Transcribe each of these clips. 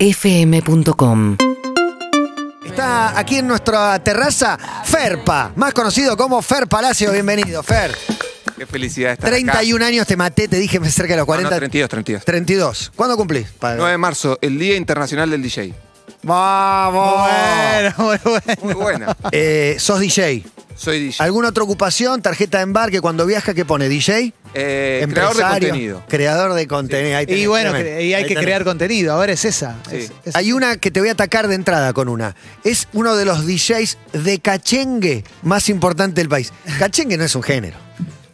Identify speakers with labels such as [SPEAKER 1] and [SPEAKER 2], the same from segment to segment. [SPEAKER 1] urbanaplayfm.com
[SPEAKER 2] Está aquí en nuestra terraza Ferpa, más conocido como Fer Palacio. Bienvenido, Fer.
[SPEAKER 3] Qué felicidad estar
[SPEAKER 2] 31 años te maté, te dije cerca de los
[SPEAKER 3] acá.
[SPEAKER 2] 40.
[SPEAKER 3] No, no, 32, 32.
[SPEAKER 2] 32. ¿Cuándo cumplís? padre?
[SPEAKER 3] 9 de marzo, el Día Internacional del DJ.
[SPEAKER 2] ¡Vamos!
[SPEAKER 4] Bueno, muy bueno.
[SPEAKER 3] Muy buena.
[SPEAKER 2] Eh, sos DJ.
[SPEAKER 3] Soy DJ.
[SPEAKER 2] ¿Alguna otra ocupación, tarjeta de embarque cuando viaja que pone DJ?
[SPEAKER 3] Eh, creador de
[SPEAKER 2] Empresario,
[SPEAKER 3] contenido.
[SPEAKER 2] Creador de contenido. Ahí tenés,
[SPEAKER 4] Y bueno,
[SPEAKER 2] tremendo.
[SPEAKER 4] cre- y hay
[SPEAKER 2] Ahí
[SPEAKER 4] que
[SPEAKER 2] tenés.
[SPEAKER 4] crear contenido. Ahora es esa.
[SPEAKER 3] Sí.
[SPEAKER 4] Es- es-
[SPEAKER 2] Hay una que te voy a atacar de entrada con una. Es uno de los DJs de cachengue más importante del país. Cachengue no es un género.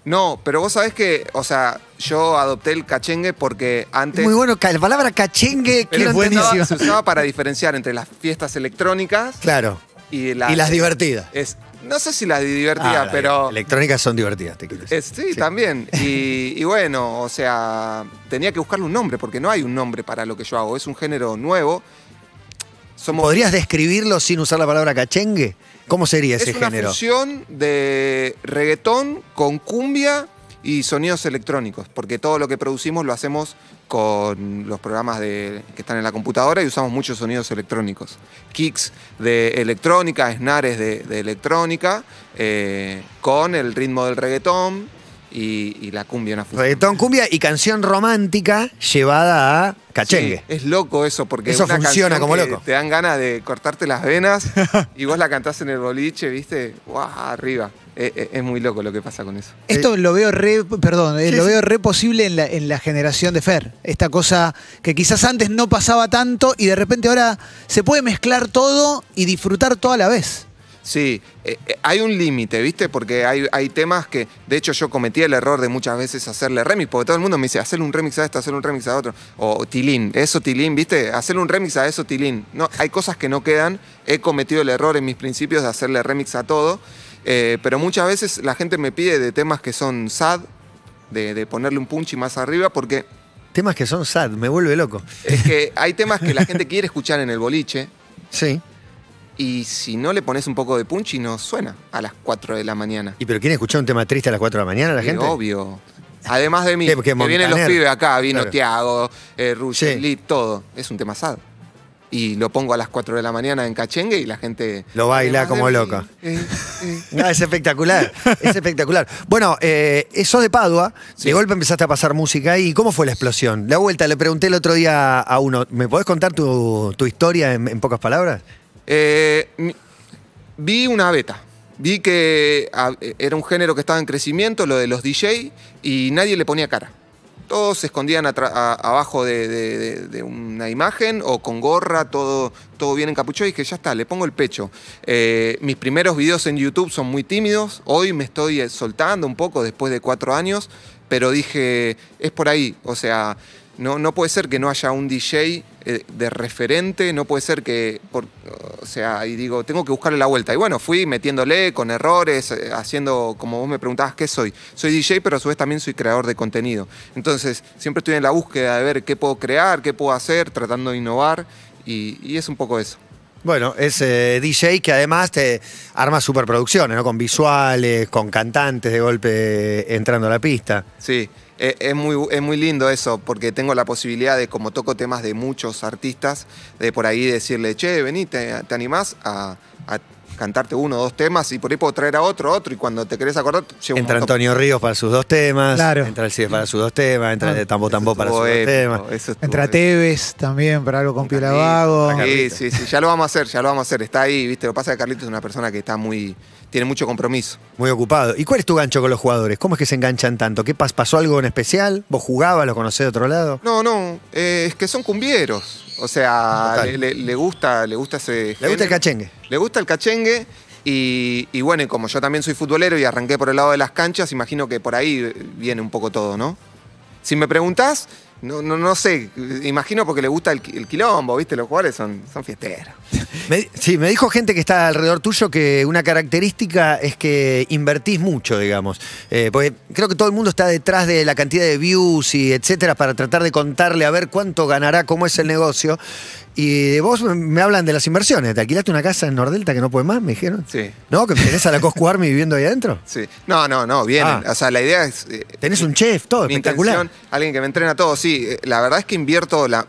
[SPEAKER 3] No, pero vos sabés que, o sea, yo adopté el cachengue porque
[SPEAKER 2] Es
[SPEAKER 3] antes.
[SPEAKER 2] muy bueno, ca- la palabra cachengue,
[SPEAKER 3] Pero
[SPEAKER 2] quiero
[SPEAKER 3] se usaba-
[SPEAKER 2] entender-
[SPEAKER 3] se usaba para diferenciar entre las fiestas electrónicas
[SPEAKER 2] Claro.
[SPEAKER 3] y las.
[SPEAKER 2] y las divertidas.
[SPEAKER 3] es- no sé si las
[SPEAKER 2] Ah,
[SPEAKER 3] divertidas,
[SPEAKER 2] las
[SPEAKER 3] pero.
[SPEAKER 2] Electrónicas son divertidas, te quiero decir.
[SPEAKER 3] es- Eh, sí, también. Y, y bueno, o sea, tenía que buscarle un nombre, porque no hay un nombre para lo que yo hago. Es un género nuevo. Somos
[SPEAKER 2] ¿Podrías describirlo sin usar la palabra cachengue? ¿Cómo sería ese
[SPEAKER 3] es una
[SPEAKER 2] género?
[SPEAKER 3] fusión de reggaetón con cumbia y sonidos electrónicos, porque todo lo que producimos lo hacemos con los programas de- que están en la computadora y usamos muchos sonidos electrónicos. Kicks de electrónica, snares de, de electrónica, eh, con el ritmo del reggaetón y, y la cumbia, una fusión.
[SPEAKER 2] Reggaetón, cumbia y canción romántica llevada a cachengue.
[SPEAKER 3] Sí, es loco eso, porque
[SPEAKER 2] Eso
[SPEAKER 3] una
[SPEAKER 2] funciona
[SPEAKER 3] canción
[SPEAKER 2] como
[SPEAKER 3] que
[SPEAKER 2] loco.
[SPEAKER 3] Te dan ganas de cortarte las venas y vos la cantás en el boliche, ¿viste? ¡Guau! Arriba. Eh, eh, es muy loco lo que pasa con eso.
[SPEAKER 4] Esto lo veo re, perdón, eh,
[SPEAKER 2] Sí,
[SPEAKER 4] lo
[SPEAKER 2] sí.
[SPEAKER 4] veo re posible en la, en la generación de Fer. Esta cosa que quizás antes no pasaba tanto y de repente ahora se puede mezclar todo y disfrutar todo a la vez.
[SPEAKER 3] Sí, eh, eh, hay un límite, ¿viste? Porque hay, hay temas que, de hecho, yo cometí el error de muchas veces hacerle remix, porque todo el mundo me dice, hacerle un remix a esto, hacerle un remix a otro. O Tilín, eso Tilín, ¿viste? Hacerle un remix a eso Tilín. No, hay cosas que no quedan. He cometido el error en mis principios de hacerle remix a todo. eh, pero muchas veces la gente me pide de temas que son sad, de, de ponerle un punchy más arriba, porque
[SPEAKER 2] Temas que son sad, me vuelve loco.
[SPEAKER 3] es que hay temas que la gente quiere escuchar en el boliche.
[SPEAKER 2] Sí.
[SPEAKER 3] Y si no le pones un poco de punchy, no suena a las 4 de la mañana.
[SPEAKER 2] ¿Y pero quién escuchar un tema triste a las 4 de la mañana la
[SPEAKER 3] Pero
[SPEAKER 2] gente?
[SPEAKER 3] Obvio. Además de mí,
[SPEAKER 2] Qué- qué
[SPEAKER 3] que vienen los
[SPEAKER 2] montaner.
[SPEAKER 3] pibes acá, vino
[SPEAKER 2] Claro.
[SPEAKER 3] Tiago, eh, Ruggeri,
[SPEAKER 2] Sí.
[SPEAKER 3] Lee, todo. Es un tema sad. Y lo pongo a las 4 de la mañana en Cachengue y la gente...
[SPEAKER 2] Lo baila
[SPEAKER 3] además de
[SPEAKER 2] como
[SPEAKER 3] mí,
[SPEAKER 2] loca.
[SPEAKER 3] eh, eh.
[SPEAKER 2] No, es espectacular, es espectacular. Bueno, eh, sos de Padua, de golpe empezaste a pasar música ahí. ¿Cómo fue la explosión? La vuelta, le pregunté el otro día a uno, ¿me podés contar tu, tu historia en, en pocas palabras?
[SPEAKER 3] Eh, mi- vi una beta. Vi que ah, era un género que estaba en crecimiento, lo de los DJ, y nadie le ponía cara. Todos se escondían atra- a- abajo de, de- de- de una imagen o con gorra, todo, todo bien encapuchado. Y dije, ya está, le pongo el pecho. Eh, mis primeros videos en YouTube son muy tímidos. Hoy me estoy eh, soltando un poco después de cuatro años. Pero dije, es por ahí. O sea, no, no puede ser que no haya un DJ eh, de referente, no puede ser que, por- o sea, y digo, tengo que buscarle la vuelta. Y bueno, fui metiéndole con errores, eh, haciendo, como vos me preguntabas, ¿qué soy? Soy DJ, pero a su vez también soy creador de contenido. Entonces, siempre estoy en la búsqueda de ver qué puedo crear, qué puedo hacer, tratando de innovar, y, y es un poco eso.
[SPEAKER 2] Bueno, es eh, DJ que además te arma superproducciones, ¿no? Con visuales, con cantantes de golpe entrando a la pista.
[SPEAKER 3] Sí, e- es muy, es muy lindo eso, porque tengo la posibilidad de, como toco temas de muchos artistas, de por ahí decirle, che, vení, ¿te, te animás a, a cantarte uno o dos temas? Y por ahí puedo traer a otro, otro, y cuando te querés acordar, llevo
[SPEAKER 2] Entra Antonio Ríos para sus dos temas,
[SPEAKER 4] Claro.
[SPEAKER 2] entra el CIDE para sus dos temas, entra el Tambo Tambo para sus dos temas.
[SPEAKER 4] Entra Tevez también para algo con Piola Vago.
[SPEAKER 3] Vago. Sí, sí, sí, ya lo vamos a hacer, ya lo vamos a hacer. Está ahí, viste, lo que pasa es que Carlitos es una persona que está muy, tiene mucho compromiso.
[SPEAKER 2] Muy ocupado. ¿Y cuál es tu gancho con los jugadores? ¿Cómo es que se enganchan tanto? ¿Qué pas- pasó algo en especial? ¿Vos jugabas, lo conocés de otro lado?
[SPEAKER 3] No, no, eh, es que son cumbieros. O sea,
[SPEAKER 2] Total.
[SPEAKER 3] le, le- le gusta, le gusta ese.
[SPEAKER 2] ¿Le gusta el
[SPEAKER 3] género.
[SPEAKER 2] cachengue?
[SPEAKER 3] Le gusta el cachengue. Y, y bueno, y como yo también soy futbolero y arranqué por el lado de las canchas, imagino que por ahí viene un poco todo, ¿no? Si me preguntás, no, no, no sé, imagino porque le gusta el, qui- el quilombo, ¿viste? Los jugadores son, son fiesteros.
[SPEAKER 2] Me- sí, me dijo gente que está alrededor tuyo que una característica es que invertís mucho, digamos. Eh, porque creo que todo el mundo está detrás de la cantidad de views y etcétera para tratar de contarle a ver cuánto ganará, cómo es el negocio. Y de vos me- me hablan de las inversiones. ¿Te alquilaste una casa en Nordelta que no puede más? Me dijeron.
[SPEAKER 3] Sí.
[SPEAKER 2] ¿No? ¿Que tenés a la Coscu Army viviendo ahí adentro?
[SPEAKER 3] Sí. No, no, no, vienen.
[SPEAKER 2] Ah.
[SPEAKER 3] O sea, la idea es. eh,
[SPEAKER 2] Tenés un chef, todo,
[SPEAKER 3] mi
[SPEAKER 2] espectacular.
[SPEAKER 3] intención, alguien que me entrena todo, sí. eh, La verdad es que invierto la,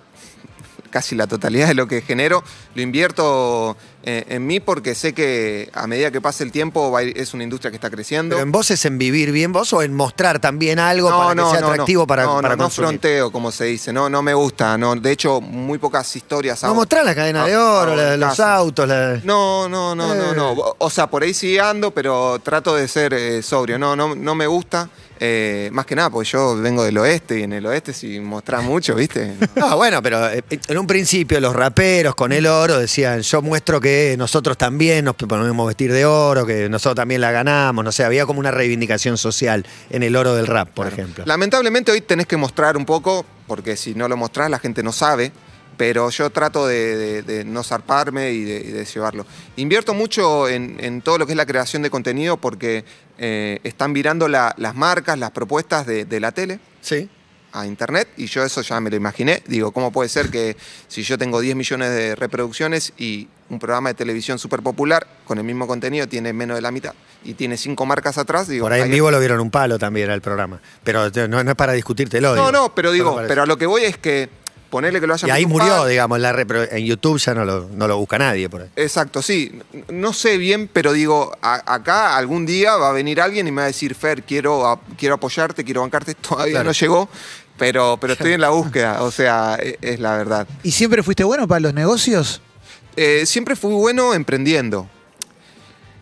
[SPEAKER 3] casi la totalidad de lo que genero, lo invierto eh, en mí porque sé que a medida que pase el tiempo va a ir- es una industria que está creciendo.
[SPEAKER 2] Pero en vos es en vivir bien vos o en mostrar también algo para que sea atractivo para,
[SPEAKER 3] no, no,
[SPEAKER 2] para
[SPEAKER 3] no
[SPEAKER 2] consumir.
[SPEAKER 3] fronteo, como se dice, no, no me gusta. No, de hecho, muy pocas historias
[SPEAKER 2] no
[SPEAKER 3] hago.
[SPEAKER 2] mostrar la cadena de
[SPEAKER 3] Hago-
[SPEAKER 2] oro,
[SPEAKER 3] hago
[SPEAKER 2] la-
[SPEAKER 3] en
[SPEAKER 2] los
[SPEAKER 3] casa.
[SPEAKER 2] autos. la-
[SPEAKER 3] No, no, no, no, no.
[SPEAKER 2] Eh.
[SPEAKER 3] O- O sea, por ahí sí ando, pero trato de ser eh, sobrio. No, no, no me gusta. eh, más que nada, porque yo vengo del oeste y en el oeste si mostrás mucho, ¿viste?
[SPEAKER 2] No, bueno, pero eh, en un principio los raperos con el oro decían, yo muestro que nosotros también nos ponemos vestir de oro, que nosotros también la ganamos, no sé, había como una reivindicación social en el oro del rap, por
[SPEAKER 3] Claro.
[SPEAKER 2] ejemplo.
[SPEAKER 3] Lamentablemente hoy tenés que mostrar un poco, porque si no lo mostrás la gente no sabe, pero yo trato de, de- de no zarparme y de, y de llevarlo. Invierto mucho en, en todo lo que es la creación de contenido porque eh, están virando la- las marcas, las propuestas de, de la tele
[SPEAKER 2] Sí.
[SPEAKER 3] a internet y yo eso ya me lo imaginé. Digo, ¿cómo puede ser que si yo tengo 10 millones de reproducciones y un programa de televisión súper popular con el mismo contenido tiene menos de la mitad y tiene cinco marcas atrás? Digo,
[SPEAKER 2] Por ahí en
[SPEAKER 3] hay-
[SPEAKER 2] vivo lo vieron un palo también al programa. Pero eh, no, no es para discutírtelo.
[SPEAKER 3] No,
[SPEAKER 2] digo.
[SPEAKER 3] no, pero digo,
[SPEAKER 2] para-
[SPEAKER 3] pero a lo que voy es que ponerle que lo hayan
[SPEAKER 2] Y ahí
[SPEAKER 3] visto un
[SPEAKER 2] murió,
[SPEAKER 3] par-
[SPEAKER 2] digamos, la re- pero en YouTube ya no lo, no lo busca nadie por ahí.
[SPEAKER 3] Exacto, sí. N- No sé bien, pero digo, a- acá algún día va a venir alguien y me va a decir, Fer, quiero, a- quiero apoyarte, quiero bancarte. Todavía
[SPEAKER 2] Claro.
[SPEAKER 3] no llegó, pero, pero estoy en la búsqueda, o sea, e- es, la verdad.
[SPEAKER 4] ¿Y siempre fuiste bueno para los negocios?
[SPEAKER 3] Eh, siempre fui bueno emprendiendo.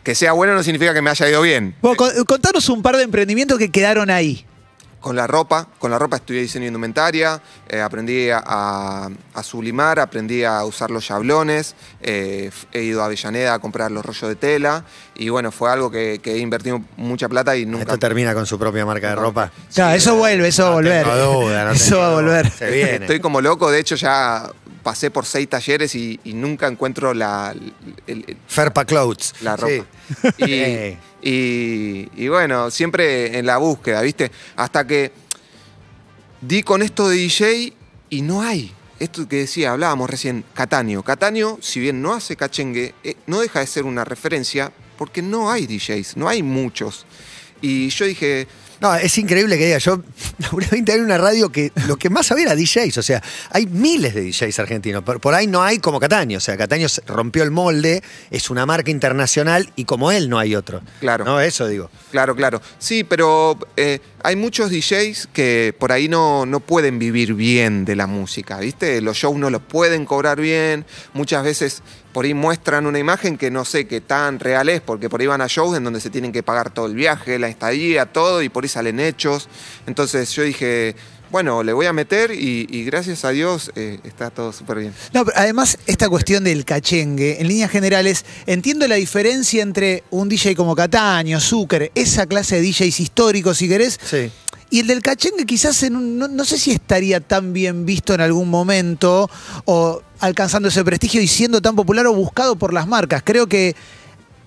[SPEAKER 3] Que sea bueno no significa que me haya ido bien.
[SPEAKER 4] Vos, con- contanos un par de emprendimientos que quedaron ahí.
[SPEAKER 3] Con la ropa, con la ropa estudié diseño de indumentaria, eh, aprendí a- a, a sublimar, aprendí a usar los yablones, eh, f- he ido a Avellaneda a comprar los rollos de tela y bueno, fue algo que, que he invertido mucha plata y nunca...
[SPEAKER 2] Esto termina con su propia marca de
[SPEAKER 3] No.
[SPEAKER 2] ropa.
[SPEAKER 4] Claro, eso vuelve, eso va a
[SPEAKER 2] No
[SPEAKER 4] volver.
[SPEAKER 2] tengo duda, no
[SPEAKER 4] eso
[SPEAKER 2] tengo
[SPEAKER 4] va a
[SPEAKER 2] duda.
[SPEAKER 4] volver.
[SPEAKER 2] Se viene.
[SPEAKER 3] Estoy como loco, de hecho ya pasé por seis talleres y, y nunca encuentro la, el- el-
[SPEAKER 2] Ferpa Clothes.
[SPEAKER 3] la
[SPEAKER 2] Sí.
[SPEAKER 3] ropa. Y-
[SPEAKER 2] Eh.
[SPEAKER 3] Y, y bueno, siempre en la búsqueda, ¿viste? Hasta que di con esto de DJ y no hay. Esto que decía, hablábamos recién, Cataño. Cataño, si bien no hace cachengue, eh, no deja de ser una referencia porque no hay DJs, no hay muchos. Y yo dije,
[SPEAKER 2] No, es increíble que diga, yo laburé 20 años en una radio que lo que más había era DJs, o sea, hay miles de DJs argentinos, por, por ahí no hay como Cataño, o sea, Cataño se- rompió el molde, es una marca internacional y como él no hay otro.
[SPEAKER 3] Claro.
[SPEAKER 2] No, eso digo.
[SPEAKER 3] Claro, claro. Sí, pero eh, hay muchos DJs que por ahí no, no pueden vivir bien de la música, ¿viste? Los shows no los pueden cobrar bien. Muchas veces por ahí muestran una imagen que no sé qué tan real es, porque por ahí van a shows en donde se tienen que pagar todo el viaje, la estadía, todo, y por ahí salen hechos. Entonces yo dije, bueno, le voy a meter y, y gracias a Dios eh, está todo súper bien.
[SPEAKER 4] No, pero además, esta cuestión del cachengue, en líneas generales, entiendo la diferencia entre un DJ como Cataño, Zucker, esa clase de DJs históricos, si querés,
[SPEAKER 2] Sí.
[SPEAKER 4] y el del cachengue quizás en un- no, no sé si estaría tan bien visto en algún momento, o alcanzando ese prestigio y siendo tan popular o buscado por las marcas. Creo que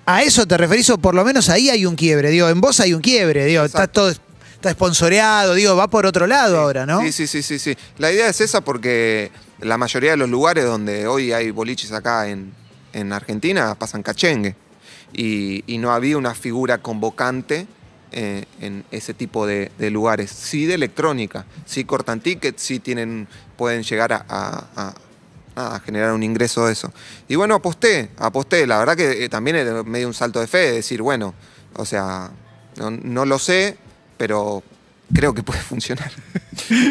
[SPEAKER 4] a eso te referís, o por lo menos ahí hay un quiebre, digo, en vos hay un quiebre, digo, está
[SPEAKER 3] Exacto.
[SPEAKER 4] todo está sponsoreado, digo, va por otro lado ahora, ¿no?
[SPEAKER 3] Sí, sí, sí, sí, sí. La idea es esa porque la mayoría de los lugares donde hoy hay boliches acá en, en Argentina pasan cachengue. Y, y no había una figura convocante eh, en ese tipo de, de lugares. Sí de electrónica, sí cortan tickets, sí tienen, pueden llegar a, a- a- a generar un ingreso de eso. Y bueno, aposté, aposté. La verdad que eh, también era medio un salto de fe, de decir, bueno, o sea, no- no lo sé, pero creo que puede funcionar.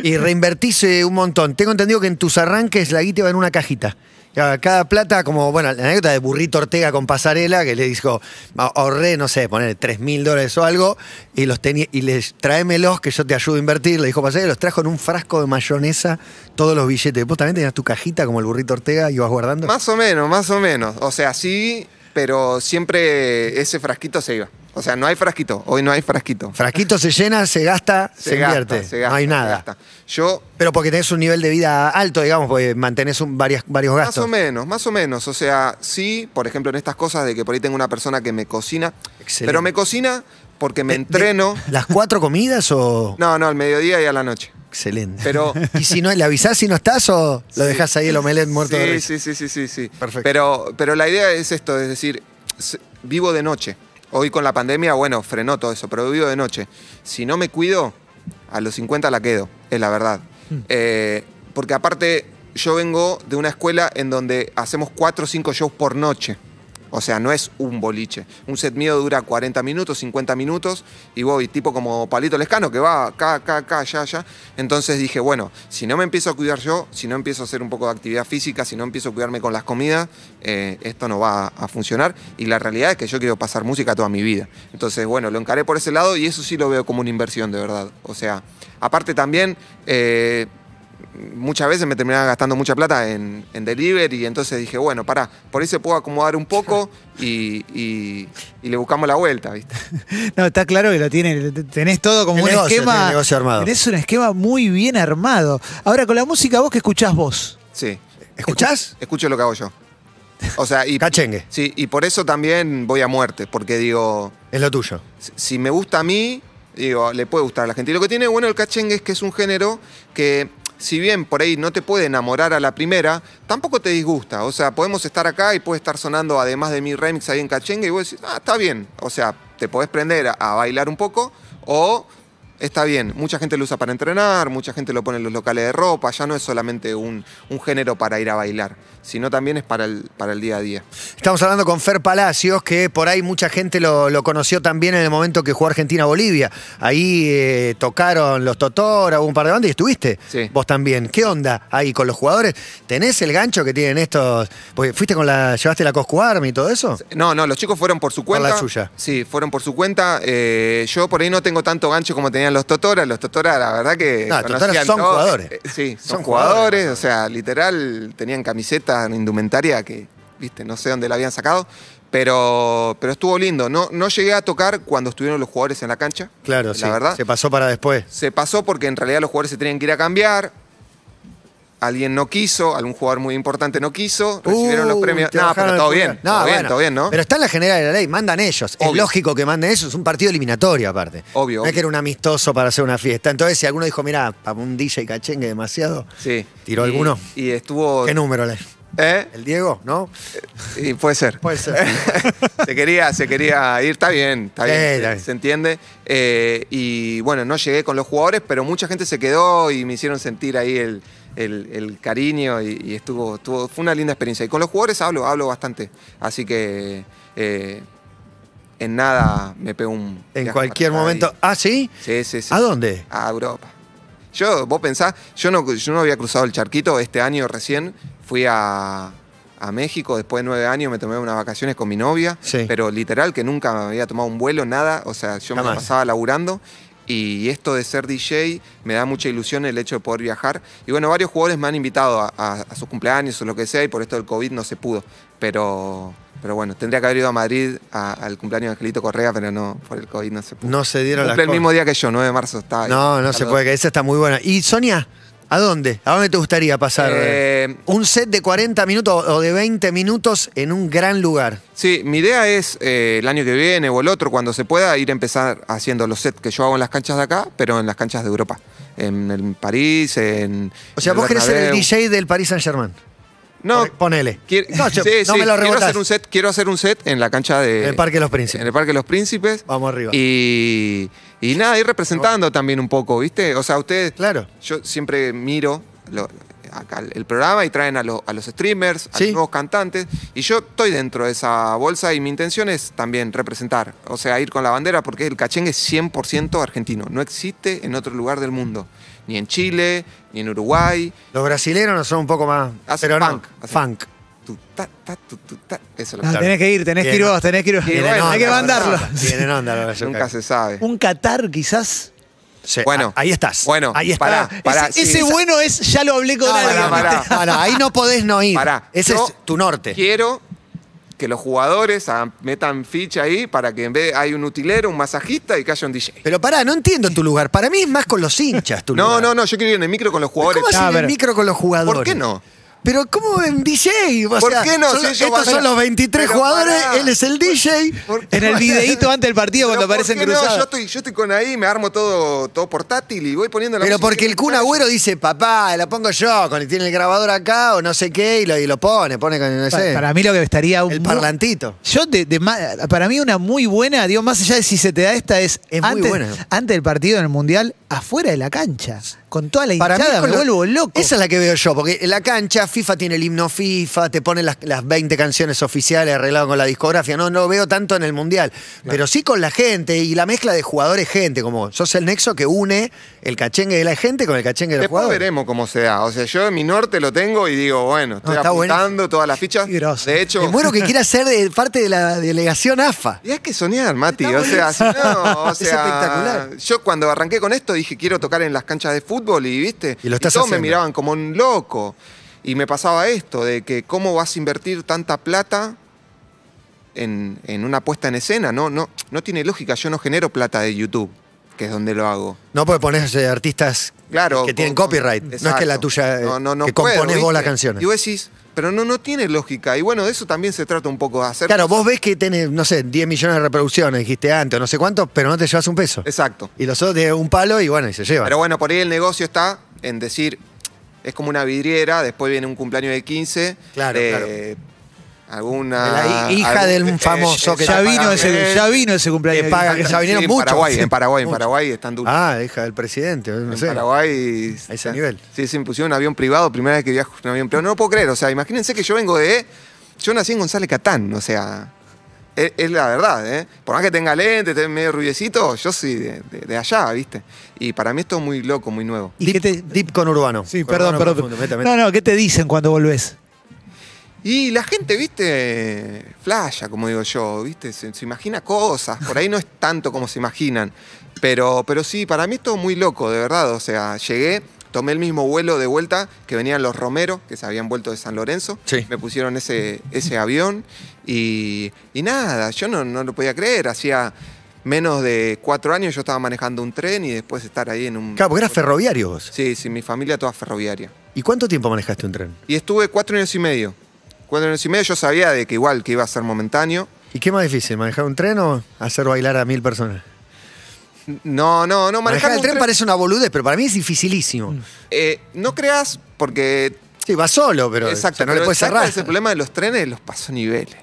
[SPEAKER 2] Y reinvertís eh, un montón. Tengo entendido que en tus arranques la guita va en una cajita. Cada- Cada plata, como, bueno, la anécdota de Burrito Ortega con Pasarela, que le dijo, "Ah, ahorré, no sé, poner 3 mil dólares o algo, y los tenía, y les tráemelos que yo te ayudo a invertir, le dijo Pasarela, los trajo en un frasco de mayonesa todos los billetes. Vos también tenías tu cajita como el Burrito Ortega y ibas guardando.
[SPEAKER 3] Más o menos, más o menos. O sea, sí, pero siempre ese frasquito se iba. O sea, no hay frasquito. Hoy no hay frasquito.
[SPEAKER 2] Frasquito se llena, se gasta, se,
[SPEAKER 3] gasta,
[SPEAKER 2] invierte.
[SPEAKER 3] se gasta,
[SPEAKER 2] no hay
[SPEAKER 3] se
[SPEAKER 2] nada.
[SPEAKER 3] gasta. Yo,
[SPEAKER 2] Pero porque tenés un nivel de vida alto, digamos, porque mantenés un- varias- varios
[SPEAKER 3] más o
[SPEAKER 2] gastos.
[SPEAKER 3] menos, más o menos. O sea, sí, por ejemplo, en estas cosas de que por ahí tengo una persona que me cocina.
[SPEAKER 2] Excelente.
[SPEAKER 3] Pero me cocina porque me
[SPEAKER 2] De- de-
[SPEAKER 3] entreno.
[SPEAKER 2] ¿Las cuatro comidas o.?
[SPEAKER 3] No, no, al mediodía y a la noche.
[SPEAKER 2] Excelente.
[SPEAKER 3] Pero-
[SPEAKER 2] ¿Y si no le avisás si no estás o lo
[SPEAKER 3] Sí.
[SPEAKER 2] dejás ahí el omelet muerto de
[SPEAKER 3] Sí,
[SPEAKER 2] risa?
[SPEAKER 3] sí, sí, sí, sí, sí.
[SPEAKER 2] Perfecto.
[SPEAKER 3] Pero, pero la idea es esto, es decir, s- vivo de noche. Hoy con la pandemia, bueno, frenó todo eso, pero vivo de noche. Si no
[SPEAKER 2] Hmm.
[SPEAKER 3] me cuido, a los 50 la quedo, es la verdad. Eh, porque aparte, yo vengo de una escuela en donde hacemos cuatro o cinco shows por noche. O sea, no es un boliche. Un set mío dura 40 minutos, 50 minutos, y voy tipo como palito lescano que va acá, acá, acá, allá, allá. Entonces dije, bueno, si no me empiezo a cuidar yo, si no empiezo a hacer un poco de actividad física, si no empiezo a cuidarme con las comidas, eh, esto no va a, a funcionar. Y la realidad es que yo quiero pasar música toda mi vida. Entonces, bueno, lo encaré por ese lado y eso sí lo veo como una inversión, de verdad. O sea, aparte también. eh, muchas veces me terminaba gastando mucha plata en, en delivery y entonces dije, bueno, pará, por ahí se puedo acomodar un poco y, y- y le buscamos la vuelta, ¿viste?
[SPEAKER 4] No, está claro que lo tiene, tenés todo como
[SPEAKER 2] El
[SPEAKER 4] un
[SPEAKER 2] negocio, tiene
[SPEAKER 4] esquema.
[SPEAKER 2] el negocio armado.
[SPEAKER 4] Tenés un esquema muy bien armado. Ahora, con la música, vos que escuchás vos.
[SPEAKER 3] Sí,
[SPEAKER 2] ¿Escuchás?
[SPEAKER 3] escucho lo que hago yo. O sea, y,
[SPEAKER 2] Cachengue,
[SPEAKER 3] sí, y por eso también voy a muerte, porque digo,
[SPEAKER 2] es lo tuyo.
[SPEAKER 3] si- si me gusta a mí, digo, le puede gustar a la gente. Y lo que tiene bueno el cachengue es que es un género que, si bien por ahí no te puede enamorar a la primera, tampoco te disgusta. O sea, podemos estar acá y puede estar sonando, además de mi remix ahí en cachengue, y vos decís, ah, está bien. O sea, te podés prender a, a bailar un poco o... Está bien, mucha gente lo usa para entrenar, mucha gente lo pone en los locales de ropa, ya no es solamente un, un género para ir a bailar, sino también es para el, para el día a día.
[SPEAKER 2] Estamos hablando con Fer Palacios, que por ahí mucha gente lo, lo conoció también en el momento que jugó Argentina-Bolivia. Ahí eh, tocaron los Totora, hubo un par de bandas y estuviste.
[SPEAKER 3] Sí.
[SPEAKER 2] Vos también. ¿Qué onda ahí con los jugadores? ¿Tenés el gancho que tienen estos? Porque fuiste con la. ¿Llevaste la Coscu Army y todo eso?
[SPEAKER 3] No, no, los chicos fueron por su
[SPEAKER 2] Por
[SPEAKER 3] cuenta.
[SPEAKER 2] la suya.
[SPEAKER 3] Sí, fueron por su cuenta. Eh, yo por ahí no tengo tanto gancho como tenían los Totora. Los Totora, la verdad que.
[SPEAKER 2] No, Totora
[SPEAKER 3] conocían
[SPEAKER 2] son
[SPEAKER 3] todo.
[SPEAKER 2] jugadores.
[SPEAKER 3] Eh, sí, son,
[SPEAKER 2] Son
[SPEAKER 3] jugadores.
[SPEAKER 2] jugadores.
[SPEAKER 3] O sea, literal, tenían camiseta, indumentaria que, viste, no sé dónde la habían sacado. Pero, pero estuvo lindo. No, no llegué a tocar cuando estuvieron los jugadores en la cancha.
[SPEAKER 2] Claro,
[SPEAKER 3] la
[SPEAKER 2] sí.
[SPEAKER 3] verdad.
[SPEAKER 2] Se pasó para después.
[SPEAKER 3] Se pasó porque en realidad los jugadores se tenían que ir a cambiar. Alguien no quiso, algún jugador muy importante no quiso, recibieron los
[SPEAKER 2] Uh,
[SPEAKER 3] premios.
[SPEAKER 2] te
[SPEAKER 3] No,
[SPEAKER 2] bajaron
[SPEAKER 3] pero
[SPEAKER 2] el
[SPEAKER 3] todo
[SPEAKER 2] pulgar.
[SPEAKER 3] bien,
[SPEAKER 2] No,
[SPEAKER 3] todo bien,
[SPEAKER 2] bueno,
[SPEAKER 3] todo bien, ¿no?
[SPEAKER 2] Pero está en la general de la ley, mandan ellos.
[SPEAKER 3] Obvio.
[SPEAKER 2] Es lógico que manden ellos, es un partido eliminatorio aparte.
[SPEAKER 3] Obvio,
[SPEAKER 2] No es
[SPEAKER 3] obvio.
[SPEAKER 2] que era un amistoso para hacer una fiesta. Entonces, si alguno dijo, mirá, para un DJ cachengue demasiado,
[SPEAKER 3] Sí.
[SPEAKER 2] ¿Tiró
[SPEAKER 3] Y-
[SPEAKER 2] alguno?
[SPEAKER 3] Y estuvo.
[SPEAKER 2] ¿qué número le?
[SPEAKER 3] ¿Eh?
[SPEAKER 2] ¿El Diego? ¿No?
[SPEAKER 3] Y puede ser.
[SPEAKER 2] Puede ser.
[SPEAKER 3] se, quería, se quería ir, está bien, está
[SPEAKER 2] Sí,
[SPEAKER 3] bien.
[SPEAKER 2] está
[SPEAKER 3] se-
[SPEAKER 2] bien.
[SPEAKER 3] Se entiende. Eh, y bueno, no llegué con los jugadores, pero mucha gente se quedó y me hicieron sentir ahí el, el- el cariño y, y estuvo, estuvo- Fue una linda experiencia. Y con los jugadores hablo, hablo bastante. Así que. eh, en nada me pego un.
[SPEAKER 2] En
[SPEAKER 3] viaje
[SPEAKER 2] cualquier
[SPEAKER 3] para
[SPEAKER 2] momento.
[SPEAKER 3] ahí.
[SPEAKER 2] ¿Ah, sí?
[SPEAKER 3] Sí, sí, sí.
[SPEAKER 2] ¿A dónde?
[SPEAKER 3] A Europa. Yo, vos pensás, yo no, yo no había cruzado el charquito este año recién. Fui a, a México, después de nueve años me tomé unas vacaciones con mi novia.
[SPEAKER 2] Sí.
[SPEAKER 3] Pero literal que nunca me había tomado un vuelo, nada. O sea, yo me
[SPEAKER 2] Jamás.
[SPEAKER 3] la pasaba laburando. Y esto de ser DJ me da mucha ilusión el hecho de poder viajar. Y bueno, varios jugadores me han invitado a, a- a sus cumpleaños o lo que sea, y por esto del COVID no se pudo. Pero, pero bueno, tendría que haber ido a Madrid a- al cumpleaños de Angelito Correa, pero no, por el COVID no se pudo.
[SPEAKER 2] No se dieron la
[SPEAKER 3] Cumple el mismo día que yo, 9 de marzo. Está ahí.
[SPEAKER 2] No, no se
[SPEAKER 3] Saludos.
[SPEAKER 2] puede, que esa está muy buena. ¿Y Sonia? ¿A dónde? ¿A dónde te gustaría pasar?
[SPEAKER 3] Eh,
[SPEAKER 2] un set de 40 minutos o de 20 minutos en un gran lugar.
[SPEAKER 3] Sí, mi idea es eh, el año que viene o el otro, cuando se pueda, ir a empezar haciendo los sets que yo hago en las canchas de acá, pero en las canchas de Europa. En, en París, en.
[SPEAKER 2] O sea,
[SPEAKER 3] en
[SPEAKER 2] vos querés ser el
[SPEAKER 3] Bernabéu.
[SPEAKER 2] DJ del Paris Saint-Germain.
[SPEAKER 3] No,
[SPEAKER 2] Pone- Ponele.
[SPEAKER 3] quiero-
[SPEAKER 2] No, yo-
[SPEAKER 3] sí,
[SPEAKER 2] no
[SPEAKER 3] sí,
[SPEAKER 2] me lo
[SPEAKER 3] quiero
[SPEAKER 2] rebotás.
[SPEAKER 3] hacer un set, quiero hacer un set en la cancha de.
[SPEAKER 2] En el Parque de los Príncipes.
[SPEAKER 3] En el Parque de los Príncipes.
[SPEAKER 2] Vamos arriba.
[SPEAKER 3] Y, y nada, ir representando también un poco, ¿viste? O sea, ustedes.
[SPEAKER 2] Claro.
[SPEAKER 3] Yo siempre miro lo- acá el programa y traen a, lo- a los streamers, a
[SPEAKER 2] Sí.
[SPEAKER 3] los nuevos cantantes. Y yo estoy dentro de esa bolsa y mi intención es también representar, o sea, ir con la bandera, porque el cachengue es 100% argentino. No existe en otro lugar del mundo. Ni en Chile, ni en Uruguay.
[SPEAKER 2] Los brasileños son un poco más.
[SPEAKER 3] Hacen
[SPEAKER 2] pero
[SPEAKER 3] funk,
[SPEAKER 2] no.
[SPEAKER 3] hacen-
[SPEAKER 2] Funk.
[SPEAKER 3] Tu, ta, ta, tu, tu, ta. Eso es
[SPEAKER 2] Ah,
[SPEAKER 4] No,
[SPEAKER 3] lo que
[SPEAKER 4] Ah, tenés que ir, tenés que ir
[SPEAKER 2] Bien.
[SPEAKER 4] vos, tenés que ir vos.
[SPEAKER 3] Bien,
[SPEAKER 4] Hay
[SPEAKER 3] bueno,
[SPEAKER 4] que
[SPEAKER 3] la
[SPEAKER 4] mandarlo.
[SPEAKER 3] verdad.
[SPEAKER 2] Tienen onda los
[SPEAKER 3] Nunca
[SPEAKER 2] brazucas.
[SPEAKER 3] se sabe.
[SPEAKER 4] Un Qatar, quizás.
[SPEAKER 2] Sí,
[SPEAKER 3] Bueno.
[SPEAKER 2] a- ahí estás.
[SPEAKER 3] Bueno,
[SPEAKER 2] ahí estás.
[SPEAKER 3] pará, pará,
[SPEAKER 4] ese
[SPEAKER 3] sí.
[SPEAKER 4] ese bueno es, ya lo hablé con
[SPEAKER 3] No,
[SPEAKER 4] alguien.
[SPEAKER 3] pará, pará.
[SPEAKER 2] Pará, ahí no podés no ir.
[SPEAKER 3] Pará,
[SPEAKER 2] Ese
[SPEAKER 3] yo
[SPEAKER 2] es tu norte.
[SPEAKER 3] Quiero que los jugadores hagan- metan ficha ahí para que en vez hay un utilero, un masajista y que haya un DJ.
[SPEAKER 2] Pero pará, no entiendo tu lugar. Para mí es más con los hinchas tu
[SPEAKER 3] No,
[SPEAKER 2] lugar.
[SPEAKER 3] no, no, yo quiero ir en el micro con los jugadores.
[SPEAKER 2] ¿Cómo
[SPEAKER 4] Ah,
[SPEAKER 2] hacen el
[SPEAKER 4] pero-
[SPEAKER 2] micro con los jugadores?
[SPEAKER 3] ¿Por qué no?
[SPEAKER 2] Pero ¿cómo en DJ? O
[SPEAKER 3] ¿Por
[SPEAKER 2] sea,
[SPEAKER 3] qué no?
[SPEAKER 2] son
[SPEAKER 3] Si
[SPEAKER 2] los-
[SPEAKER 3] ellos
[SPEAKER 2] estos
[SPEAKER 3] van-
[SPEAKER 2] son los 23
[SPEAKER 3] Pero
[SPEAKER 2] jugadores,
[SPEAKER 3] pará.
[SPEAKER 2] él es el DJ.
[SPEAKER 3] ¿Por qué
[SPEAKER 4] En el
[SPEAKER 3] no?
[SPEAKER 4] videíto antes del partido cuando
[SPEAKER 3] Pero ¿por
[SPEAKER 4] aparecen
[SPEAKER 3] qué no?
[SPEAKER 4] cruzados.
[SPEAKER 3] Yo estoy, yo estoy con ahí, me armo todo, todo portátil y voy poniendo la
[SPEAKER 2] Pero
[SPEAKER 3] música.
[SPEAKER 2] porque el Kun Agüero dice, papá, la pongo yo, con, tiene el grabador acá o no sé qué, y lo, y lo pone, pone con, no
[SPEAKER 4] Pa-
[SPEAKER 2] sé,
[SPEAKER 4] Para mí lo que estaría un
[SPEAKER 2] el
[SPEAKER 4] mu-
[SPEAKER 2] parlantito.
[SPEAKER 4] Yo de- de ma- para mí una muy buena, digo, más allá de si se te da esta es,
[SPEAKER 2] Es muy
[SPEAKER 4] antes,
[SPEAKER 2] buena.
[SPEAKER 4] antes del partido en el mundial afuera de la cancha, con toda la
[SPEAKER 2] Para mí
[SPEAKER 4] hinchada
[SPEAKER 2] con
[SPEAKER 4] me
[SPEAKER 2] lo-
[SPEAKER 4] vuelvo loco.
[SPEAKER 2] Esa es la que veo yo, porque en la cancha FIFA tiene el himno FIFA, te ponen las, las 20 canciones oficiales arregladas con la discografía. No, no lo veo tanto en el Mundial, pero sí con la gente y la mezcla de jugadores-gente, como sos el nexo que une el cachengue de la gente con el cachengue de los
[SPEAKER 3] Después
[SPEAKER 2] jugadores.
[SPEAKER 3] veremos cómo se da. O sea, yo en mi norte lo tengo y digo, bueno, estoy
[SPEAKER 2] No, está
[SPEAKER 3] apuntando
[SPEAKER 2] buenísimo.
[SPEAKER 3] todas las fichas.
[SPEAKER 4] Qué groso.
[SPEAKER 3] De hecho,
[SPEAKER 2] Me muero que quiera ser de parte de la delegación AFA.
[SPEAKER 3] Y hay que soñar, Mati. O sea, si no, o
[SPEAKER 2] Es
[SPEAKER 3] sea,
[SPEAKER 2] espectacular.
[SPEAKER 3] Yo cuando arranqué con esto dije quiero tocar en las canchas de fútbol y viste.
[SPEAKER 2] Y lo estás
[SPEAKER 3] todos me
[SPEAKER 2] haciendo.
[SPEAKER 3] miraban como un loco. Y me pasaba esto, de que cómo vas a invertir tanta plata en, en una puesta en escena. No, no, no tiene lógica. Yo no genero plata de YouTube, que es donde lo hago.
[SPEAKER 2] No porque pones eh, artistas
[SPEAKER 3] Claro.
[SPEAKER 2] que tienen
[SPEAKER 3] con- con-
[SPEAKER 2] copyright. No es que la
[SPEAKER 3] exacto.
[SPEAKER 2] tuya, eh,
[SPEAKER 3] No, no, no
[SPEAKER 2] que
[SPEAKER 3] puedo,
[SPEAKER 2] compones vos
[SPEAKER 3] ¿viste?
[SPEAKER 2] las canciones.
[SPEAKER 3] Y vos decís, pero no, no tiene lógica. Y bueno, de eso también se trata un poco, de hacer
[SPEAKER 2] Claro, vos ves que tenés, no sé, 10 millones de reproducciones, dijiste antes, o no sé cuántos, pero no te llevas un peso.
[SPEAKER 3] Exacto.
[SPEAKER 2] Y los otros de un palo y bueno, y se llevan.
[SPEAKER 3] Pero bueno, por ahí el negocio está en decir, es como una vidriera, después viene un cumpleaños de 15.
[SPEAKER 2] Claro,
[SPEAKER 3] de Alguna. eh,
[SPEAKER 2] De la hi- hija de un famoso que-
[SPEAKER 4] ya,
[SPEAKER 2] la
[SPEAKER 4] vino
[SPEAKER 2] pagan
[SPEAKER 4] ese,
[SPEAKER 3] bien.
[SPEAKER 4] ya vino ese cumpleaños.
[SPEAKER 2] eh, Que pagan-
[SPEAKER 4] Sí.
[SPEAKER 2] ya vinieron
[SPEAKER 3] en
[SPEAKER 2] muchos.
[SPEAKER 3] Paraguay, en Paraguay, en
[SPEAKER 2] Muchos.
[SPEAKER 3] Paraguay están duros.
[SPEAKER 2] Ah, hija del presidente, no
[SPEAKER 3] en
[SPEAKER 2] sé.
[SPEAKER 3] Paraguay.
[SPEAKER 2] A ese nivel.
[SPEAKER 3] Sí, se me pusieron un avión privado, primera vez que viajo en un avión privado. No lo puedo creer, o sea, imagínense que yo vengo de. Yo nací en González Catán, o sea. Es, es la verdad, ¿eh? Por más que tenga lente, esté medio rubiecito, yo soy de, de- de allá, ¿viste? Y para mí esto es muy loco, muy nuevo.
[SPEAKER 4] ¿Y qué te-
[SPEAKER 2] Deep con Urbano.
[SPEAKER 4] Sí,
[SPEAKER 2] Con
[SPEAKER 4] perdón,
[SPEAKER 2] Urbano
[SPEAKER 4] perdón.
[SPEAKER 2] profundo, meta, meta.
[SPEAKER 4] No, no, ¿qué te dicen cuando volvés?
[SPEAKER 3] Y la gente, viste, flasha, como digo yo, viste, se, se imagina cosas, por ahí no es tanto como se imaginan, pero, pero sí, para mí es todo muy loco, de verdad, o sea, llegué, tomé el mismo vuelo de vuelta que venían los Romeros, que se habían vuelto de San Lorenzo,
[SPEAKER 2] Sí.
[SPEAKER 3] me pusieron ese, ese avión y, y nada, yo no, no lo podía creer, hacía menos de cuatro años yo estaba manejando un tren y después estar ahí en un...
[SPEAKER 2] Claro, porque eras ferroviario vos.
[SPEAKER 3] Sí, sí, mi familia toda ferroviaria.
[SPEAKER 2] ¿Y cuánto tiempo manejaste un tren?
[SPEAKER 3] Y estuve cuatro años y medio. Cuatro años y medio yo sabía de que igual que iba a ser momentáneo.
[SPEAKER 2] ¿Y qué más difícil, manejar un tren o hacer bailar a mil personas?
[SPEAKER 3] No, no,
[SPEAKER 2] Manejar
[SPEAKER 3] no, manejando
[SPEAKER 2] el
[SPEAKER 3] un
[SPEAKER 2] tren,
[SPEAKER 3] tren-
[SPEAKER 2] parece una boludez, pero para mí es dificilísimo.
[SPEAKER 3] Eh, no creas, porque.
[SPEAKER 2] Sí, va solo, pero
[SPEAKER 3] exacto,
[SPEAKER 2] o sea, no
[SPEAKER 3] pero
[SPEAKER 2] le puedes
[SPEAKER 3] ¿sabes
[SPEAKER 2] cerrar.
[SPEAKER 3] cuál es el problema de los trenes? Los pasoniveles.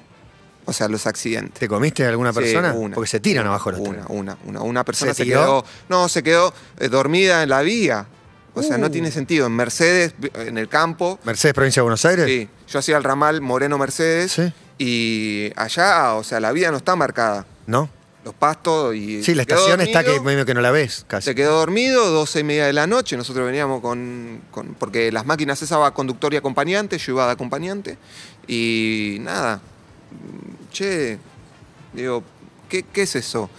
[SPEAKER 3] O sea, los accidentes.
[SPEAKER 2] ¿Te comiste a alguna
[SPEAKER 3] Sí,
[SPEAKER 2] persona?
[SPEAKER 3] una,
[SPEAKER 2] porque se tiran
[SPEAKER 3] una,
[SPEAKER 2] abajo los
[SPEAKER 3] Una,
[SPEAKER 2] trenes.
[SPEAKER 3] una, una. Una persona
[SPEAKER 2] ¿Se
[SPEAKER 3] se,
[SPEAKER 2] tiró?
[SPEAKER 3] quedó. No, se quedó eh, dormida en la vía. O sea,
[SPEAKER 2] Uh.
[SPEAKER 3] no tiene sentido. En Mercedes, en el campo,
[SPEAKER 2] ¿Mercedes, provincia de Buenos Aires?
[SPEAKER 3] Sí, yo hacía el ramal Moreno Mercedes
[SPEAKER 2] Sí.
[SPEAKER 3] y allá, o sea, la vida no está marcada.
[SPEAKER 2] ¿No?
[SPEAKER 3] Los pastos y.
[SPEAKER 2] Sí, la
[SPEAKER 3] se quedó
[SPEAKER 2] estación está que
[SPEAKER 3] dormido,
[SPEAKER 2] medio que no la ves casi.
[SPEAKER 3] Se quedó dormido, 12 y media de la noche. Nosotros veníamos con. con- porque las máquinas esas va conductor y acompañante, yo iba de acompañante. Y nada. Che, digo, ¿qué, qué es eso?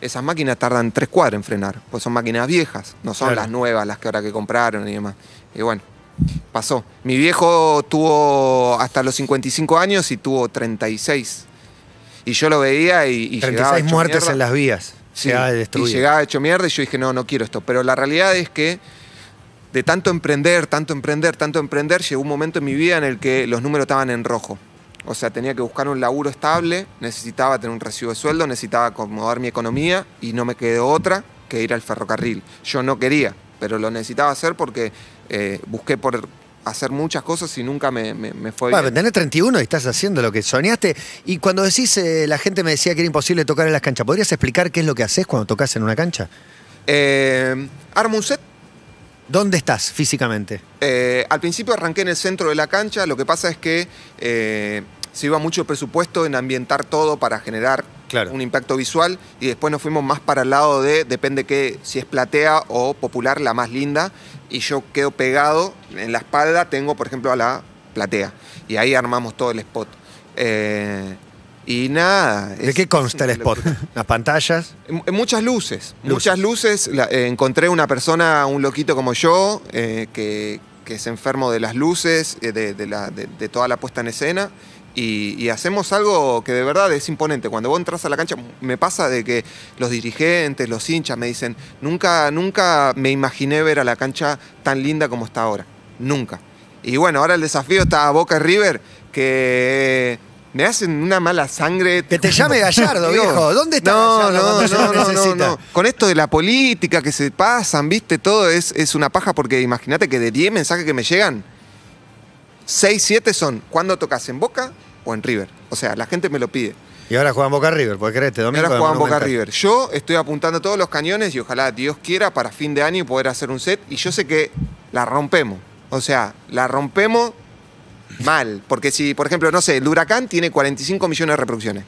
[SPEAKER 3] Esas máquinas tardan tres cuadras en frenar, pues son máquinas viejas, no son
[SPEAKER 2] Claro.
[SPEAKER 3] las nuevas, las que ahora que compraron y demás. Y bueno, pasó. Mi viejo tuvo hasta los 55 años y tuvo 36. Y yo lo veía y, y llegaba
[SPEAKER 2] 36
[SPEAKER 3] hecho
[SPEAKER 2] muertes
[SPEAKER 3] mierda.
[SPEAKER 2] en las vías.
[SPEAKER 3] Sí,
[SPEAKER 2] Llegaba
[SPEAKER 3] y
[SPEAKER 2] destruida.
[SPEAKER 3] llegaba hecho mierda y yo dije, no, no quiero esto. Pero la realidad es que de tanto emprender, tanto emprender, tanto emprender, llegó un momento en mi vida en el que los números estaban en rojo. O sea, tenía que buscar un laburo estable, necesitaba tener un recibo de sueldo, necesitaba acomodar mi economía y no me quedó otra que ir al ferrocarril. Yo no quería, pero lo necesitaba hacer porque eh, busqué por hacer muchas cosas y nunca me, me- me fue
[SPEAKER 2] Bueno,
[SPEAKER 3] bien.
[SPEAKER 2] tenés 31 y estás haciendo lo que soñaste. Y cuando decís, eh, la gente me decía que era imposible tocar en las canchas, ¿podrías explicar qué es lo que haces cuando tocas en una cancha?
[SPEAKER 3] Eh, armo un set,
[SPEAKER 2] ¿Dónde estás físicamente?
[SPEAKER 3] Eh, al principio arranqué en el centro de la cancha, lo que pasa es que eh, se iba mucho presupuesto en ambientar todo para generar
[SPEAKER 2] Claro.
[SPEAKER 3] un impacto visual y después nos fuimos más para el lado de, depende que si es platea o popular, la más linda, y yo quedo pegado, en la espalda tengo por ejemplo a la platea, y ahí armamos todo el spot. Eh, y nada.
[SPEAKER 2] ¿De
[SPEAKER 3] es-
[SPEAKER 2] qué consta el
[SPEAKER 3] es una
[SPEAKER 2] spot?
[SPEAKER 3] locura.
[SPEAKER 2] ¿Las pantallas?
[SPEAKER 3] En- en eh, Muchas luces, muchas luces. La- eh, encontré una persona, un loquito como yo, eh, que, que es enfermo de las luces, eh, de, de la- de- de toda la puesta en escena. Y, y hacemos algo que de verdad es imponente. Cuando vos entras a la cancha, me pasa de que los dirigentes, los hinchas me dicen, nunca, nunca me imaginé ver a la cancha tan linda como está ahora. Nunca. Y bueno, ahora el desafío está a Boca y River, que eh, me hacen una mala sangre.
[SPEAKER 2] Que te llame Gallardo,
[SPEAKER 3] Digo,
[SPEAKER 2] viejo. ¿Dónde está
[SPEAKER 3] no,
[SPEAKER 2] Gallardo
[SPEAKER 3] no,
[SPEAKER 2] cuando se
[SPEAKER 3] no,
[SPEAKER 2] lo
[SPEAKER 3] no, no,
[SPEAKER 2] necesita?
[SPEAKER 3] no. Con esto de la política que se pasan, viste, todo es, es una paja, porque imagínate que de 10 mensajes que me llegan, 6, 7 son cuando tocas en Boca o en River. O sea, la gente me lo pide.
[SPEAKER 2] Y ahora juegan Boca River, porque crees, este
[SPEAKER 3] Y
[SPEAKER 2] domingo.
[SPEAKER 3] ahora
[SPEAKER 2] en
[SPEAKER 3] juegan Boca
[SPEAKER 2] Monumental.
[SPEAKER 3] River. Yo estoy apuntando todos los cañones y ojalá Dios quiera para fin de año poder hacer un set. Y yo sé que la rompemos. O sea, la rompemos mal. Porque si, por ejemplo, no sé, el Huracán tiene 45 millones de reproducciones.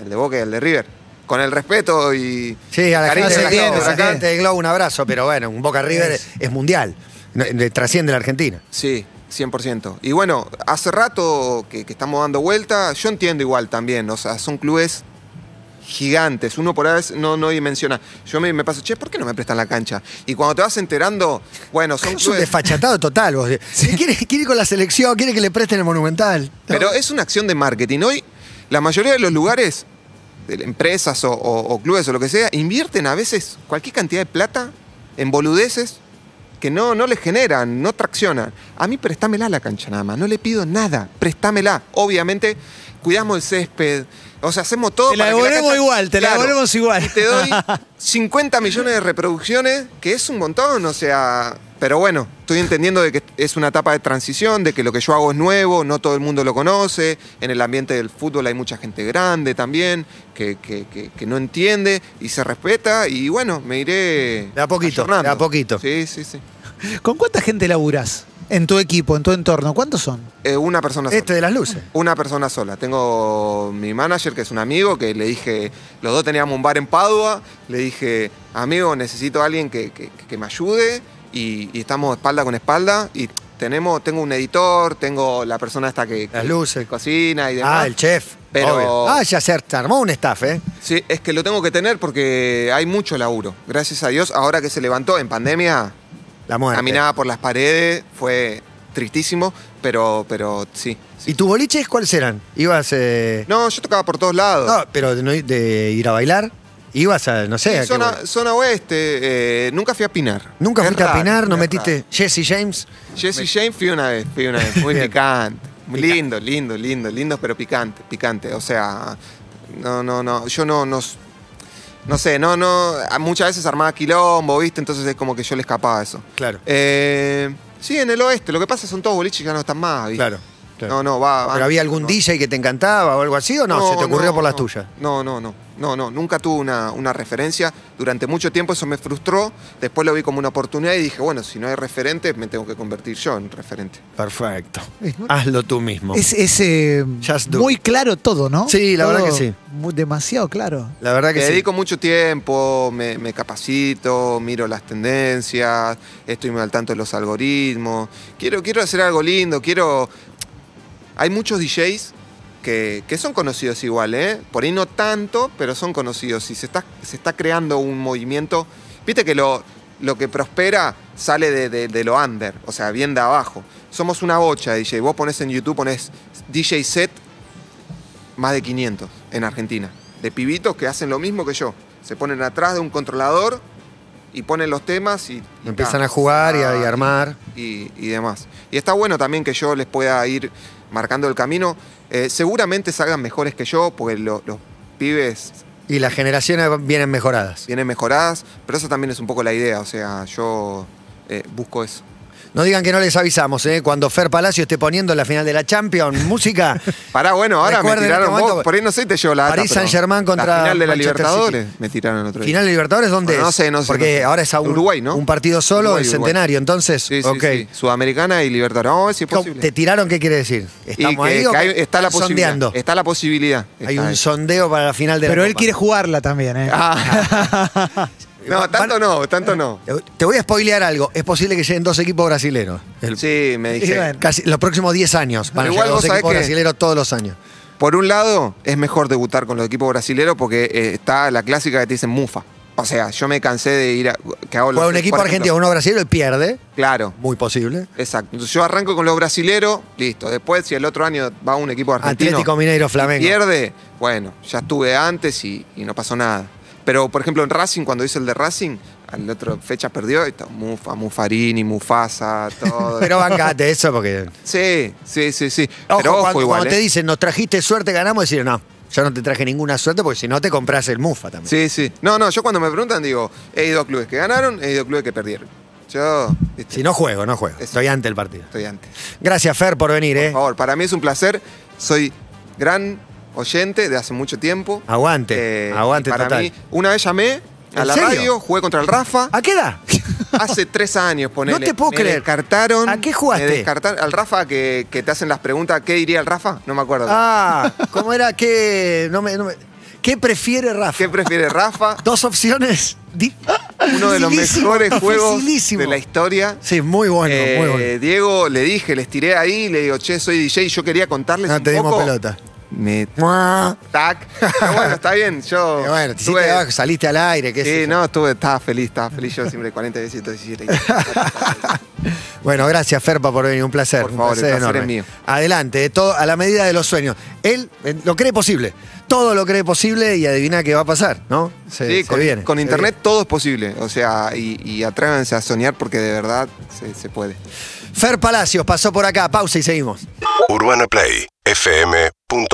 [SPEAKER 3] El de Boca y el de River. Con el respeto y.
[SPEAKER 2] Sí, a la
[SPEAKER 3] cariño
[SPEAKER 2] gente,
[SPEAKER 3] de
[SPEAKER 2] del
[SPEAKER 4] entiende,
[SPEAKER 2] Globo,
[SPEAKER 3] Globo,
[SPEAKER 2] a la
[SPEAKER 4] entiende.
[SPEAKER 2] gente del Globo un abrazo, pero bueno, un Boca River
[SPEAKER 4] Es.
[SPEAKER 2] es, es mundial. No, eh, Trasciende la Argentina.
[SPEAKER 3] Sí, 100%. Y bueno, hace rato que, que estamos dando vuelta, yo entiendo igual también, o sea, son clubes gigantes, uno por vez no, no dimensiona. Yo me, me paso, che, ¿por qué no me prestan la cancha? Y cuando te vas enterando, bueno, son
[SPEAKER 2] Es un
[SPEAKER 3] clubes...
[SPEAKER 2] desfachatado total. Vos. Quiere, quiere ir con la selección, quiere que le presten el Monumental.
[SPEAKER 3] Pero es una acción de marketing. Hoy, la mayoría de los lugares, de empresas o, o- o clubes o lo que sea, invierten a veces cualquier cantidad de plata en boludeces que no, no les generan, no traccionan. A mí préstamela la cancha nada más, no le pido nada, préstamela. Obviamente, cuidamos el césped, o sea, hacemos todo
[SPEAKER 4] Te la
[SPEAKER 3] para que
[SPEAKER 4] devolvemos
[SPEAKER 3] cancha-
[SPEAKER 4] igual, te la devolvemos igual.
[SPEAKER 3] Y te doy 50 millones de reproducciones, que es un montón, o sea... Pero bueno, estoy entendiendo de que es una etapa de transición, de que lo que yo hago es nuevo, no todo el mundo lo conoce, en el ambiente del fútbol hay mucha gente grande también, que, que- que- que no entiende y se respeta, y bueno, me iré...
[SPEAKER 2] De a poquito, de
[SPEAKER 3] ayornando.
[SPEAKER 2] a poquito.
[SPEAKER 3] Sí, sí, sí.
[SPEAKER 4] ¿Con cuánta gente laburás en tu equipo, en tu entorno? ¿Cuántos son?
[SPEAKER 3] Eh, una persona sola.
[SPEAKER 2] Este de las luces.
[SPEAKER 3] Una persona sola. Tengo mi manager, que es un amigo, que le dije, los dos teníamos un bar en Padua, le dije, amigo, necesito a alguien que, que- que me ayude y, y estamos espalda con espalda y tenemos, tengo un editor, tengo la persona esta que,
[SPEAKER 2] Las
[SPEAKER 3] que
[SPEAKER 2] luces.
[SPEAKER 3] cocina y demás.
[SPEAKER 2] Ah, el chef.
[SPEAKER 3] Pero-
[SPEAKER 2] obvio. Ah, ya se armó un staff, ¿eh?
[SPEAKER 3] Sí, es que lo tengo que tener porque hay mucho laburo. Gracias a Dios, ahora que se levantó en pandemia,
[SPEAKER 2] La muerte.
[SPEAKER 3] caminaba por las paredes, fue tristísimo, pero, pero sí. sí.
[SPEAKER 2] ¿Y tus boliches cuáles eran? ¿Ibas.? eh,
[SPEAKER 3] No, yo tocaba por todos lados.
[SPEAKER 2] no, pero de, no ir- de ir a bailar. ¿Ibas a.? No sé. a
[SPEAKER 3] Sí,
[SPEAKER 2] qué
[SPEAKER 3] zona,
[SPEAKER 2] boliche?
[SPEAKER 3] zona oeste, eh, nunca fui a Pinar.
[SPEAKER 2] Nunca
[SPEAKER 3] Es
[SPEAKER 2] fuiste a
[SPEAKER 3] raro,
[SPEAKER 2] Pinar, no
[SPEAKER 3] es
[SPEAKER 2] metiste.
[SPEAKER 3] raro.
[SPEAKER 2] Jesse James.
[SPEAKER 3] Jesse James fui una vez, fui una vez. Muy
[SPEAKER 2] Bien.
[SPEAKER 3] picante. Muy
[SPEAKER 2] Picante.
[SPEAKER 3] lindo, lindo, lindo, lindo, pero picante, picante. O sea, no, no, no. Yo no, no. No sé, no, no. a- Muchas veces armaba quilombo, ¿viste? Entonces es como que yo le escapaba a eso.
[SPEAKER 2] Claro.
[SPEAKER 3] Eh, sí, en el oeste. Lo que pasa son todos boliches que ya no están más, ¿viste?
[SPEAKER 2] Claro. claro.
[SPEAKER 3] No, no, va. va.
[SPEAKER 2] ¿Pero había algún
[SPEAKER 3] Ah, No.
[SPEAKER 2] DJ que te encantaba o algo así o no? ¿Se te ocurrió por las
[SPEAKER 3] no.
[SPEAKER 2] tuyas?
[SPEAKER 3] No, no, no. No, no. Nunca tuve una, una referencia. Durante mucho tiempo eso me frustró. Después lo vi como una oportunidad y dije, bueno, si no hay referente, me tengo que convertir yo en referente.
[SPEAKER 2] Perfecto. Hazlo tú mismo.
[SPEAKER 4] Es, es, eh,
[SPEAKER 2] Just do
[SPEAKER 4] muy claro todo, ¿no?
[SPEAKER 2] Sí, la
[SPEAKER 4] Todo
[SPEAKER 2] verdad que sí.
[SPEAKER 4] mu- Demasiado claro.
[SPEAKER 2] La verdad que
[SPEAKER 3] Me
[SPEAKER 2] sí.
[SPEAKER 3] dedico mucho tiempo, me, me capacito, miro las tendencias, estoy muy al tanto de los algoritmos. Quiero, quiero hacer algo lindo, quiero. Hay muchos DJs que, que son conocidos igual, ¿eh? Por ahí no tanto, pero son conocidos. Y se está, se está creando un movimiento. Viste que lo, lo que prospera sale de, de- de lo under, o sea, bien de abajo. Somos una bocha de DJ. Vos pones en YouTube, pones DJ set más de 500 en Argentina, de pibitos que hacen lo mismo que yo. Se ponen atrás de un controlador y ponen los temas y... y
[SPEAKER 2] Empiezan
[SPEAKER 3] ta,
[SPEAKER 2] a jugar y a,
[SPEAKER 3] ta,
[SPEAKER 2] y a armar.
[SPEAKER 3] Y, y demás. Y está bueno también que yo les pueda ir marcando el camino. Eh, seguramente salgan mejores que yo, porque lo- los pibes
[SPEAKER 2] Y las generaciones vienen mejoradas.
[SPEAKER 3] vienen mejoradas, pero eso también es un poco la idea, o sea, yo eh, busco eso.
[SPEAKER 2] No digan que no les avisamos, ¿eh? Cuando Fer Palacio esté poniendo la final de la Champions, música.
[SPEAKER 3] Pará, bueno, ahora
[SPEAKER 2] Recuerden en
[SPEAKER 3] me tiraron
[SPEAKER 2] este momento-
[SPEAKER 3] vos, por ahí no sé, te llevo la data,
[SPEAKER 2] París
[SPEAKER 3] pero
[SPEAKER 2] Saint-Germain contra
[SPEAKER 3] La final de la
[SPEAKER 2] Manchester City.
[SPEAKER 3] Libertadores me tiraron otro día.
[SPEAKER 2] Final de Libertadores, ¿dónde es?
[SPEAKER 3] Bueno, no sé, no sé,
[SPEAKER 2] Porque
[SPEAKER 3] no sé.
[SPEAKER 2] ahora es a un,
[SPEAKER 3] Uruguay, ¿no?
[SPEAKER 2] un partido solo,
[SPEAKER 3] Uruguay,
[SPEAKER 2] el
[SPEAKER 3] Uruguay.
[SPEAKER 2] centenario, entonces.
[SPEAKER 3] Sí, sí,
[SPEAKER 2] ok.
[SPEAKER 3] sí. Sudamericana y Libertadores. Vamos a ver si es
[SPEAKER 2] ¿Cómo-
[SPEAKER 3] posible.
[SPEAKER 2] ¿Te tiraron qué quiere decir?
[SPEAKER 3] Y
[SPEAKER 2] ¿Estamos
[SPEAKER 3] que-
[SPEAKER 2] ahí o
[SPEAKER 3] que hay-
[SPEAKER 2] que-
[SPEAKER 3] está la
[SPEAKER 2] están
[SPEAKER 3] posibilidad.
[SPEAKER 2] sondeando?
[SPEAKER 3] Está la posibilidad.
[SPEAKER 2] Hay
[SPEAKER 3] Está
[SPEAKER 2] un
[SPEAKER 3] ahí.
[SPEAKER 2] sondeo para la final de la
[SPEAKER 4] Pero él
[SPEAKER 2] Copa.
[SPEAKER 4] quiere jugarla también, ¿eh?
[SPEAKER 3] Ah. no, tanto no, tanto no.
[SPEAKER 2] Te voy a spoilear algo. Es posible que lleguen dos equipos brasileños. El-
[SPEAKER 3] Sí, me
[SPEAKER 4] Y
[SPEAKER 3] dije.
[SPEAKER 4] bueno.
[SPEAKER 2] Casi los próximos 10 años van a llegar
[SPEAKER 3] Pero igual
[SPEAKER 2] dos
[SPEAKER 3] vos sabés
[SPEAKER 2] equipos
[SPEAKER 3] que-
[SPEAKER 2] brasileños todos los años.
[SPEAKER 3] Por un lado, es mejor debutar con los equipos brasileros porque eh, está la clásica que te dicen mufa. O sea, yo me cansé de ir a. Que hago los-
[SPEAKER 2] Juega un equipo
[SPEAKER 3] por ejemplo,
[SPEAKER 2] argentino, uno brasileño y pierde.
[SPEAKER 3] Claro,
[SPEAKER 2] Muy posible.
[SPEAKER 3] exacto. Entonces yo arranco con los brasileros, listo. Después, si el otro año va un equipo argentino.
[SPEAKER 2] Atlético Mineiro, Flamengo.
[SPEAKER 3] pierde, bueno, ya estuve antes y, y no pasó nada. Pero, por ejemplo, en Racing, cuando hice el de Racing, Al otro fecha perdió y todo. Mufa, Mufarini, Mufasa, todo.
[SPEAKER 2] Pero bancate eso porque.
[SPEAKER 3] sí, sí, sí, sí.
[SPEAKER 2] Ojo,
[SPEAKER 3] Pero ojo
[SPEAKER 2] cuando,
[SPEAKER 3] igual.
[SPEAKER 2] cuando
[SPEAKER 3] ¿eh?
[SPEAKER 2] te dicen nos trajiste suerte, ganamos, decir no, yo no te traje ninguna suerte porque si no te compras el mufa también.
[SPEAKER 3] Sí, sí. No, no, yo cuando me preguntan digo, he ido a clubes que ganaron, he ido a clubes que perdieron. Yo viste,
[SPEAKER 2] Si no juego, no juego.
[SPEAKER 3] Eso.
[SPEAKER 2] Estoy ante el partido.
[SPEAKER 3] estoy antes.
[SPEAKER 2] Gracias, Fer, por venir,
[SPEAKER 3] Por
[SPEAKER 2] eh.
[SPEAKER 3] favor, para mí es un placer. Soy gran oyente de hace mucho tiempo. Eh,
[SPEAKER 2] Aguante, aguante
[SPEAKER 3] y para
[SPEAKER 2] total.
[SPEAKER 3] mí, una vez llamé a
[SPEAKER 2] ¿En
[SPEAKER 3] la
[SPEAKER 2] serio?
[SPEAKER 3] radio, jugué contra el Rafa.
[SPEAKER 2] ¿A qué edad?
[SPEAKER 3] Hace tres años, ponele.
[SPEAKER 2] No te puedo
[SPEAKER 3] me
[SPEAKER 2] creer.
[SPEAKER 3] descartaron.
[SPEAKER 2] ¿A qué jugaste?
[SPEAKER 3] Me descartaron. Al Rafa, que, que te hacen las preguntas, ¿qué diría el Rafa? No me acuerdo.
[SPEAKER 2] Ah, ¿cómo era? ¿Qué, no me- no me- ¿Qué prefiere Rafa?
[SPEAKER 3] ¿Qué prefiere Rafa?
[SPEAKER 2] Dos opciones. di-
[SPEAKER 3] Uno de los
[SPEAKER 2] Dificilísimo,
[SPEAKER 3] mejores juegos
[SPEAKER 2] dificilísimo.
[SPEAKER 3] de la historia.
[SPEAKER 2] Sí, muy bueno,
[SPEAKER 3] Eh,
[SPEAKER 2] muy bueno.
[SPEAKER 3] Diego, le dije, les tiré ahí, le digo, che, soy DJ, yo quería contarles
[SPEAKER 2] No
[SPEAKER 3] un
[SPEAKER 2] te dimos
[SPEAKER 3] poco.
[SPEAKER 2] pelota.
[SPEAKER 3] Me
[SPEAKER 2] Mua.
[SPEAKER 3] tac. Pero bueno, está bien, yo.
[SPEAKER 2] Pero bueno, te hiciste
[SPEAKER 3] tuve-
[SPEAKER 2] abajo, saliste al aire, qué sé
[SPEAKER 3] Sí,
[SPEAKER 2] yo.
[SPEAKER 3] no, estuve, estaba feliz, estaba feliz yo siempre 40, 17, 17.
[SPEAKER 2] Bueno, gracias Ferpa por venir, un placer.
[SPEAKER 3] Por
[SPEAKER 2] un
[SPEAKER 3] favor, el placer
[SPEAKER 2] enorme.
[SPEAKER 3] es mío.
[SPEAKER 2] Adelante, de todo, a la medida de los sueños. Él eh, lo cree posible, todo lo cree posible y adivina qué va a pasar, ¿no? Se,
[SPEAKER 3] Sí,
[SPEAKER 2] se
[SPEAKER 3] con,
[SPEAKER 2] viene,
[SPEAKER 3] con
[SPEAKER 2] se
[SPEAKER 3] internet todo es posible. O sea, y, y atrévanse a soñar porque de verdad se, se puede.
[SPEAKER 2] viene. Fer Palacios pasó por acá, pausa y seguimos.
[SPEAKER 1] UrbanaPlayFM.com